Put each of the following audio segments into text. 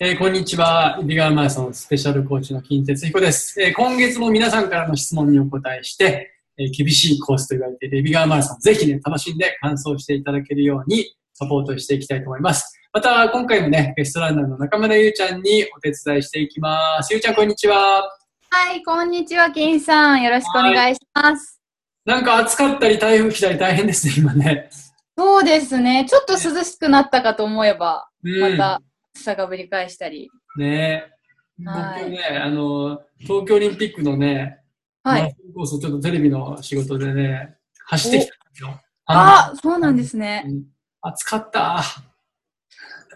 えーこんにちは。ビガーマラソンスペシャルコーチの金哲彦です、えー今月も皆さんからの質問にお答えして、えー厳しいコースと言われているビガーマラソン、ぜひね、楽しんで完走していただけるようにサポートしていきたいと思います。また、今回もね、ゲストランナーの中村ゆうちゃんにお手伝いしていきます。ゆうちゃん、こんにちは。はい、こんにちは、金さん。よろしくお願いします。なんか暑かったり、台風来たり大変ですね、今ね。そうですね。ちょっと涼しくなったかと思えば、うんまた暑さがぶり返したり。ね僕はいね、あの、東京オリンピックのね、はマラい。ソンコースをちょっとテレビの仕事でね、走ってきたんですよ。あ、そうなんですね。うん暑かった。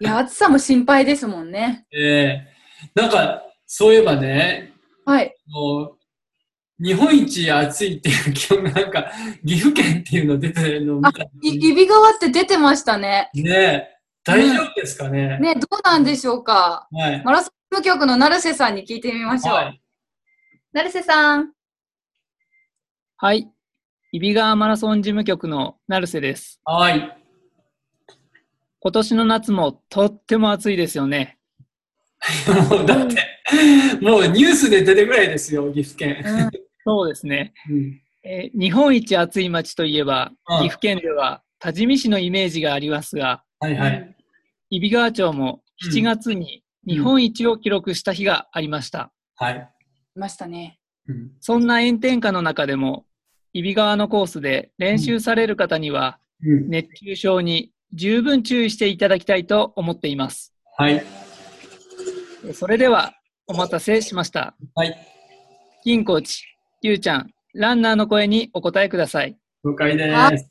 いや、暑さも心配ですもんね。えーなんか、そういえばね、はい。もう、日本一暑いっていう気温がなんか、岐阜県っていうの出てるのを見たんですい、指川って出てましたね。ね。ね大丈夫ですかね。ね、どうなんでしょうか。はい。マラソン部局の成瀬さんに聞いてみましょう。はい成瀬さん。はい。揖斐川マラソン事務局の成瀬です。はい。 今年の夏もとっても暑いですよね。もうだって、もうニュースで出てくらいですよ、岐阜県。うんそうですね。うんえー日本一暑い町といえばうん、岐阜県では多治見市のイメージがありますが、はいはい。揖斐川町もうん7月に日本一を記録した日がありました。はい。いましたね。うんそんな炎天下の中でも、揖斐川のコースで練習される方には、うん熱中症に十分注意していただきたいと思っています。はい。それでは、お待たせしました。はい。金コーチ、ゆうちゃん、ランナーの声にお答えください。了解ではす。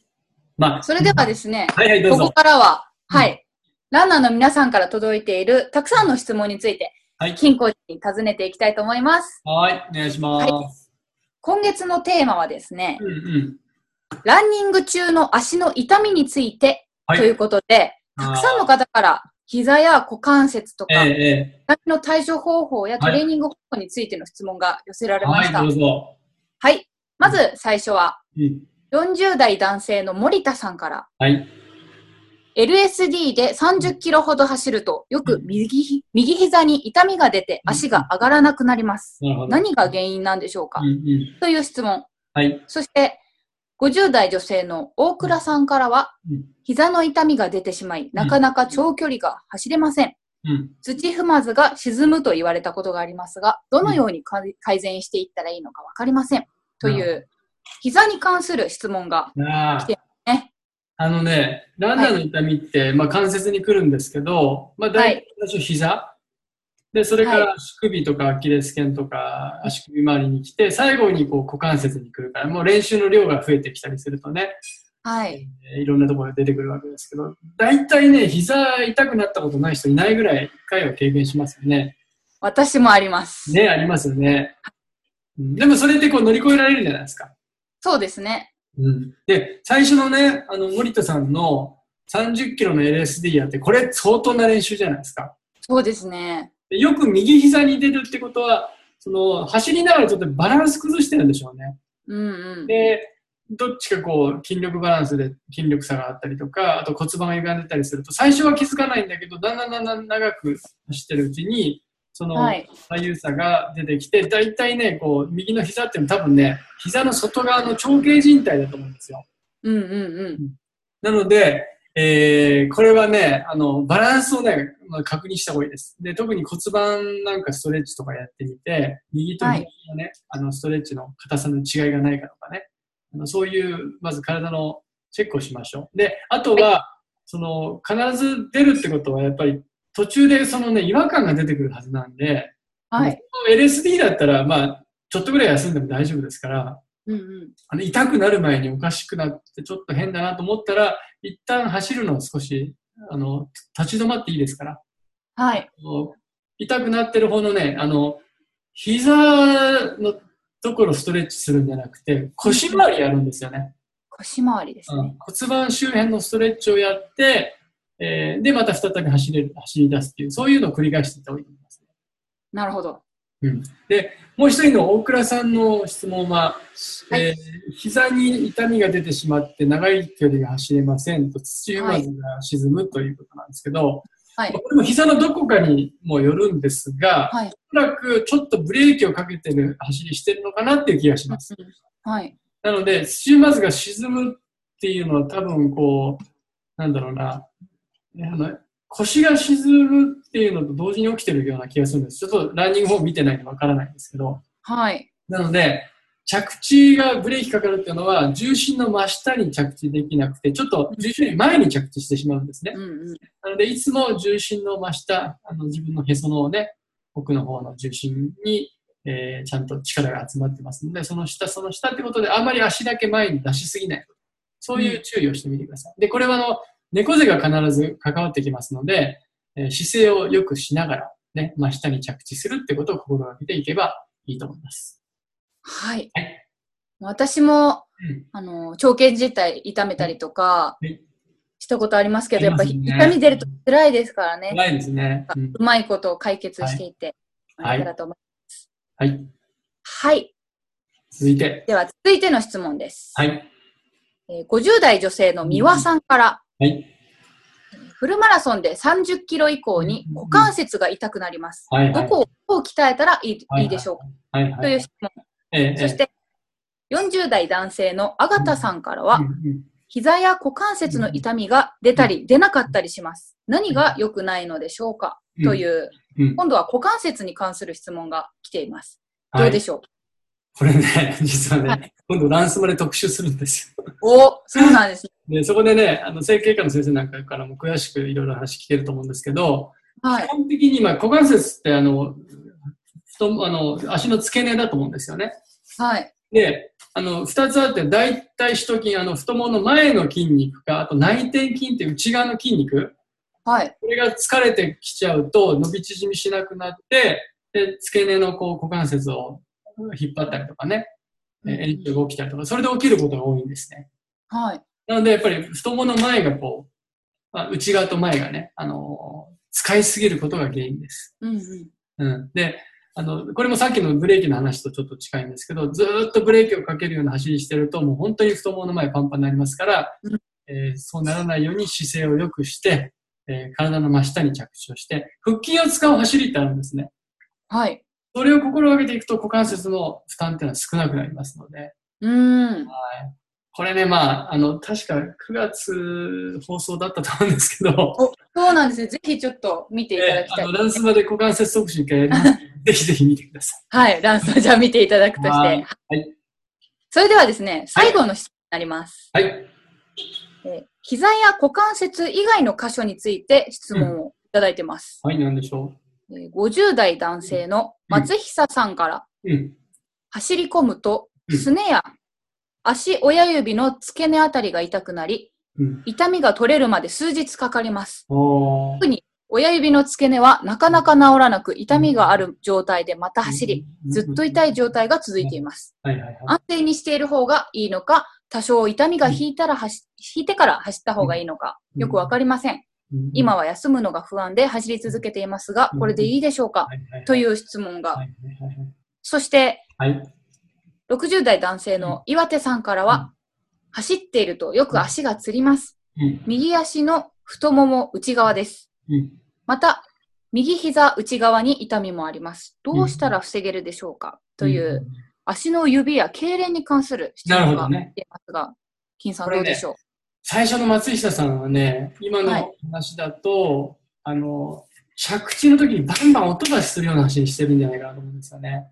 まあ、それではですね、はいはい、どうこぞこ。からは、うんはい。ランナーの皆さんから届いているたくさんの質問について、はい。金コーチに尋ねていきたいと思います。はい。お願いします。今月のテーマはですね、うんうん。ランニング中の足の痛みについてはということで、たくさんの方から膝や股関節とえか、えええ。痛みの対処方法やはトいレーニング方法についての質問が寄せられました。は、はいい。どうぞ。まず最初は、うん。 40代男性の森田さんから、はい。 LSD で30キロほど走ると、よく右ひ右膝に痛みが出て足が上がらなくなります。なるほど。何が原因なんでしょうかうんうん。という質問。はい。そして、50代女性の大倉さんからはうん、膝の痛みが出てしまい、なかなか長距離が走れません。うん。土踏まずが沈むと言われたことがありますが、どのようにか改善していったらいいのかわかりません。といなう、膝に関する質問が、なあ来てますね。あのね、ランナーの痛みって、まあ関節に来るんですけど、まあ大体最初膝。で、それから足首とかアキレス腱とか足首周りに来て、最後にこう股関節に来るから、もう練習の量が増えてきたりするとね、はい。えーいろんなところが出てくるわけですけど、大体ね、膝痛くなったことない人いないぐらい一回は経験しますよね。私もあります。ね、ありますよね。うんでもそれってこう乗り越えられるじゃないですか。そうですね。うん、で、最初のね、あの、森田さんの30キロの LSD やって、これ相当な練習じゃないですか。そうですね。でよく右膝に出るってことは、その、走りながらちょっとバランス崩してるんでしょうね。うんうん。で、どっちかこう、筋力バランスで筋力差があったりとか、あと骨盤が歪んでたりすると、最初は気づかないんだけど、だんだんだんだん長く走ってるうちに、その、はい。左右差が出てきて、大体ね、こう、右の膝っていうのは多分ね、膝の外側の長径靭帯だと思うんですよ。うんうんうん。なので、えー、これはね、あの、バランスをね、まあ、確認した方がいいです。で、特に骨盤なんかストレッチとかやってみて、右と左のね、あの、ストレッチの硬さの違いがないかとかね、あのそういう、まず体のチェックをしましょう。で、あとは、その、必ず出るってことは、やっぱり、途中でそのね、違和感が出てくるはずなんで、はい。 LSD だったら、まあ、ちょっとぐらい休んでも大丈夫ですから、うんうん。あの痛くなる前におかしくなって、ちょっと変だなと思ったら、一旦走るのを少し、あの、立ち止まっていいですから、はい。あの痛くなってる方のね、あの、膝のところストレッチするんじゃなくて、腰回りやるんですよね。腰回りですうね。ん骨盤周辺のストレッチをやって、えーで、また再び走れる、走り出すっていう、そういうのを繰り返していった方がいいと思います。なるほど。もう一人の大倉さんの質問は、はいえー膝に痛みが出てしまって長い距離が走れませんと土踏まずが沈むということなんですけど、はいまあこれも膝のどこかにもよるんですが、はいおそらくちょっとブレーキをかけてる走りしてるのかなっていう気がします。はい。なので、土踏まずが沈むっていうのは多分こう、なんだろうな、ねあの腰が沈むっていうのと同時に起きてるような気がするんです。ちょっとランニングフォーム見てないんでわからないんですけど。はい。なので、着地がブレーキかかるっていうのは、重心の真下に着地できなくて、ちょっと重心より前に着地してしまうんですねう。んうん。なので、いつも重心の真下、あの自分のへその緒ね、奥の方の重心に、えーちゃんと力が集まってますので、その下、その下ってことで、あまり足だけ前に出しすぎない。そういう注意をしてみてください。で、これはあの、猫背が必ず関わってきますので、えー姿勢を良くしながら、ね、真下に着地するってことを心がけていけばいいと思います。はいはい。私もうん、あの、長径自体痛めたりとかはい、したことありますけど、やっぱありりますね痛み出ると辛いですからね。ないですね。うんうまいことを解決していって、はいあれだと思いはい。ます。はい。続いて。では、続いての質問です。はい。えー50代女性の美和さんから、はい。フルマラソンで30キロ以降に股関節が痛くなります。はいはいどこをどう鍛えたらいい,、、はいいいでしょうか、はい。はというい。質問。ええそし、て、40代男性のあがたさんからええは、うんうん膝や股関節の痛みが出たり出なかったりします。何が良くないのでしょうか、うんという、うん今度は股関節に関する質問が来ています。どうでしょう、これね、 実はね、は今度ランスまで特集するんですよ。 おそうなんですね。で、そこでね、あの、整形外科の先生なんかからも詳しくいろいろ話聞けると思うんですけど、はい基。本的に、まあ、股関節って、あの、太もあの、足の付け根だと思うんですよね。はい。で、あの、二つあって、大腿四頭筋、あの、太ももの前の筋肉か、あと内転筋って内側の筋肉。はい。これが疲れてきちゃうと伸び縮みしなくなって、で、付け根のこう股関節を引っ張ったりとかね、えー延長が起きたりとか、それで起きることが多いんですね。はい。なので、やっぱり太ももの前がこう、あ内側と前がね、あのー使いすぎることが原因です。うんうん。うん。で、あの、これもさっきのブレーキの話とちょっと近いんですけど、ずーっとブレーキをかけるような走りしてると、もう本当に太ももの前パンパンになりますから、うんえーそうならないように姿勢を良くして、えー体の真下に着地をして、腹筋を使う走りってあるんですね。はい。それを心がけていくと股関節の負担っていうのは少なくなりますので、うーん。これね、まあ、あの、確か9月放送だったと思うんですけ ど、おそうなんですね。ぜひちょっと見ていただえきーたあい。の、ランスまで股関節特集一回やりますので。ぜひぜひ見てくださはい。ランスをじゃあ見ていただくとして。ははいい。それではですね、最後の質問になります。い。はい。えー膝や股関節以外の箇所について質問をいただいてます。はい、なんでしょえー50代男性の松久さんから、う。うん。走り込むとうん、すねや足親指の付け根あたりが痛くなり、うん。痛みが取れるまで数日かかります。おー特に親指の付け根はなかなか治らなく痛みがある状態でまた走り、ずっと痛い状態が続いています。はいはいはい。安定にしている方がいいのか、多少痛みが引いたら走、引いてから走った方がいいのか、よくわかりません。うん今は休むのが不安で走り続けていますが、これでいいでしょうかはいはいはいという質問が。はいはそして、いはいはい。はい。 60代男性の岩手さんからは、走っているとよく足がつります。うん。右足の太もも内側です。うん。また、右膝内側に痛みもあります。どうしたら防げるでしょうか、という、。足の指や痙攣に関する質なる問ほどがね出ますが、金さんこれどねうでしょう、最初の松下さんはね、今はいの話だと、あの、着地の時にバンバン音がするような走りしてるんじゃないかなと思うんですよね。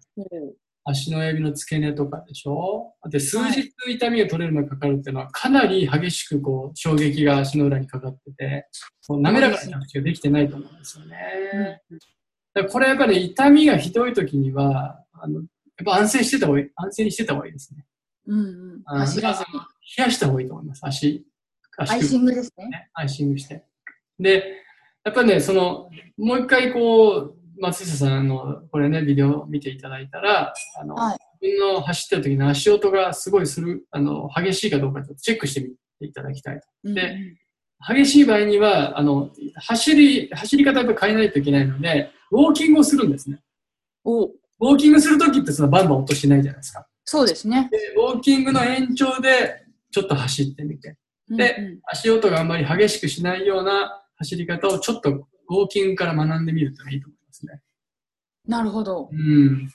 足の指の付け根とかでしょで、数日痛みが取れるのがかかるっていうのは、かなり激しくこう、衝撃が足の裏にかかってて、こう滑らかな着地ができてないと思うんですよね。だからこれやっぱり痛みがひどい時には、あの、やっぱ安静してた方がいい、安静にしてた方がいいですね。うんうん、あー走らずに。冷やした方がいいと思います、足。足アイシングですね。ね、アイシングして。で、やっぱりね、その、もう一回こう、松下さんの、これね、ビデオ見ていただいたら、あの、はい自分の走ってる時の足音がすごいする、あの、激しいかどうかちょっとチェックしてみていただきたい。うんで激しい場合には、あの、走り、走り方やっぱ変えないといけないので、ウォーキングをするんですね。おウォーキングするときってそのバンバン音しないじゃないですか。そうですね。で、ウォーキングの延長で、ちょっと走ってみて。でうんうん足音があんまり激しくしないような走り方をちょっとウォーキングから学んでみるといいと思いますね。なるほど。うん。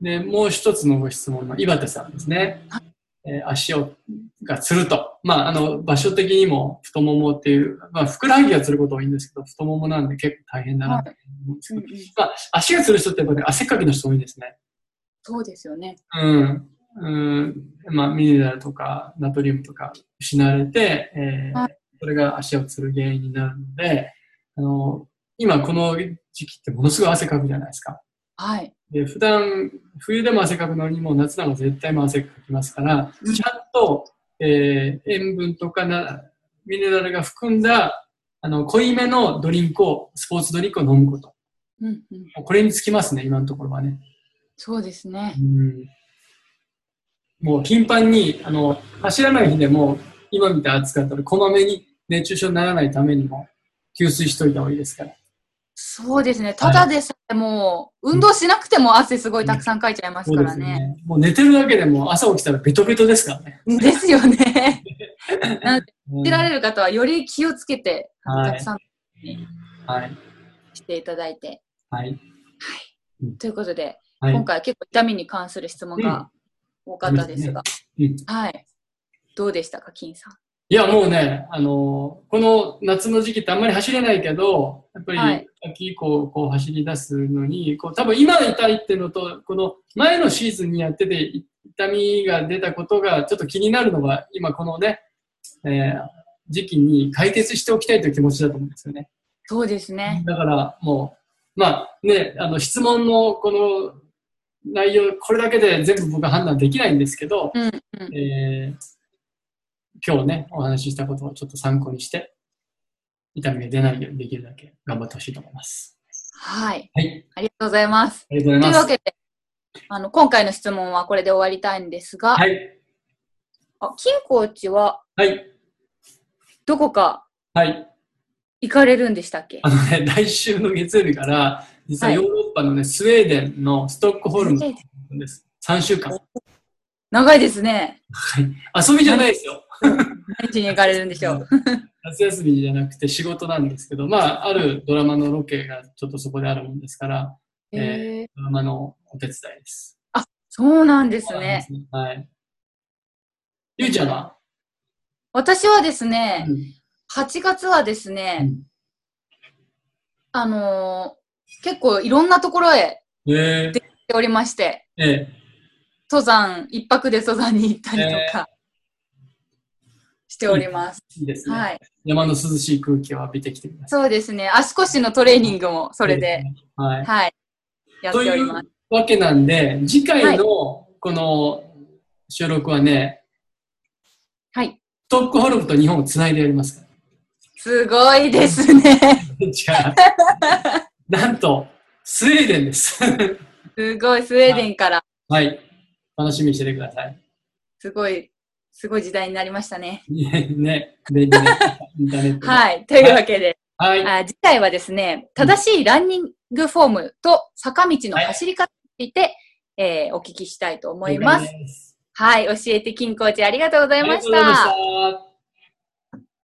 で、もう一つのご質問の岩手さんですね。えー足をがつると。まあ、あの、場所的にも太ももっていう、まあ、ふくらはぎがつることはいいんですけど、太ももなんで結構大変だなはとい。思うんですけど、うんうんまあ、足がつる人ってやっぱり汗っかきの人多いんですね。そうですよね。うん。うん。まあ、ミネラルとか、ナトリウムとか失われて、えーはそれが足をつる原因になるので、あの、今この時期ってものすごい汗かくじゃないですか。はい。で、普段、冬でも汗かくのにも、夏なんか絶対も汗かきますから、うんちゃんと、えー塩分とかな、ミネラルが含んだ、あの、濃いめのドリンクを、スポーツドリンクを飲むこと。うんうん。もうこれにつきますね、今のところはね。そうですねう。んもう頻繁に、あの、走らない日でも、今みたいに暑かったら、こまめに熱中症にならないためにも、給水しといた方がいいですから。そうですね。ただでさえもう、運動しなくても汗すごいたくさんかいちゃいますからね。。もう寝てるだけでも、朝起きたらベトベトですからね。ですよね。うん知られる方はより気をつけて、あのはいたくさんはい。していただいて。はい。ということで、はい。今回結構痛みに関する質問が多かったですが、うんはい。どうでしたか、金さん。いや、もうね、あのーこの夏の時期ってあんまり走れないけど、やっぱはりい秋以降、こう走り出すのに、こう多分今痛いっていうのと、この前のシーズンにやっててい痛みが出たことがちょっと気になるのが、今このね、えー時期に解決しておきたいという気持ちだと思うんですよね。そうですね。だからもう、まあね、あの質問のこの内容、これだけで全部僕は判断できないんですけど、うんうん。えー今日ね、お話ししたことをちょっと参考にして、痛みが出ないようにできるだけ頑張ってほしいと思います。はい。はい、ありがとうございます。ありがとうございうといまわす。けで、あの、今回の質問はこれで終わりたいんですが、はい、あ金コーチははい、どこかはい。行かれるんでしたっけあのね、来週の月曜日から、実ははいヨーロッパのね、スウェーデンのストックホルム長です。3週間。いですね。遊びじゃないですよ。何時に行かれるんでしょう。 夏休みじゃなくて仕事なんですけど、まあ、あるドラマのロケがちょっとそこであるもんですから、えーへードラマのお手伝いです。そうなんですそうなんでね。すね。はい。ゆうちゃんは、私はですね、うん8月はですね、うんあのー結構いろんなところへえー、行っておりまして、え登山、一泊で登山に行ったりとかしております。ー、いいですね、はい。山の涼しい空気を浴びてきてください。そうですね。足腰のトレーニングもそれで、。はい。はい。やっとておいりうます。わけなんで、次回のこの収録はね、はい。ストックホルムと日本をつないでやりますかすごいで すね。ら。違う。 なんと、スウェーデンです。 すごい、スウェーデンから、はい。楽しみにしててください。すごい、すごい時代になりましたね。ね、便利なインターネットで。い。はい。というわけで、はい。あ次回はですね、正しいランニングフォームと坂道の走り方について、えーお聞きしたいと思います。す。はい、教えて金コーチありがとうござあいりがまとしうございまたし。た。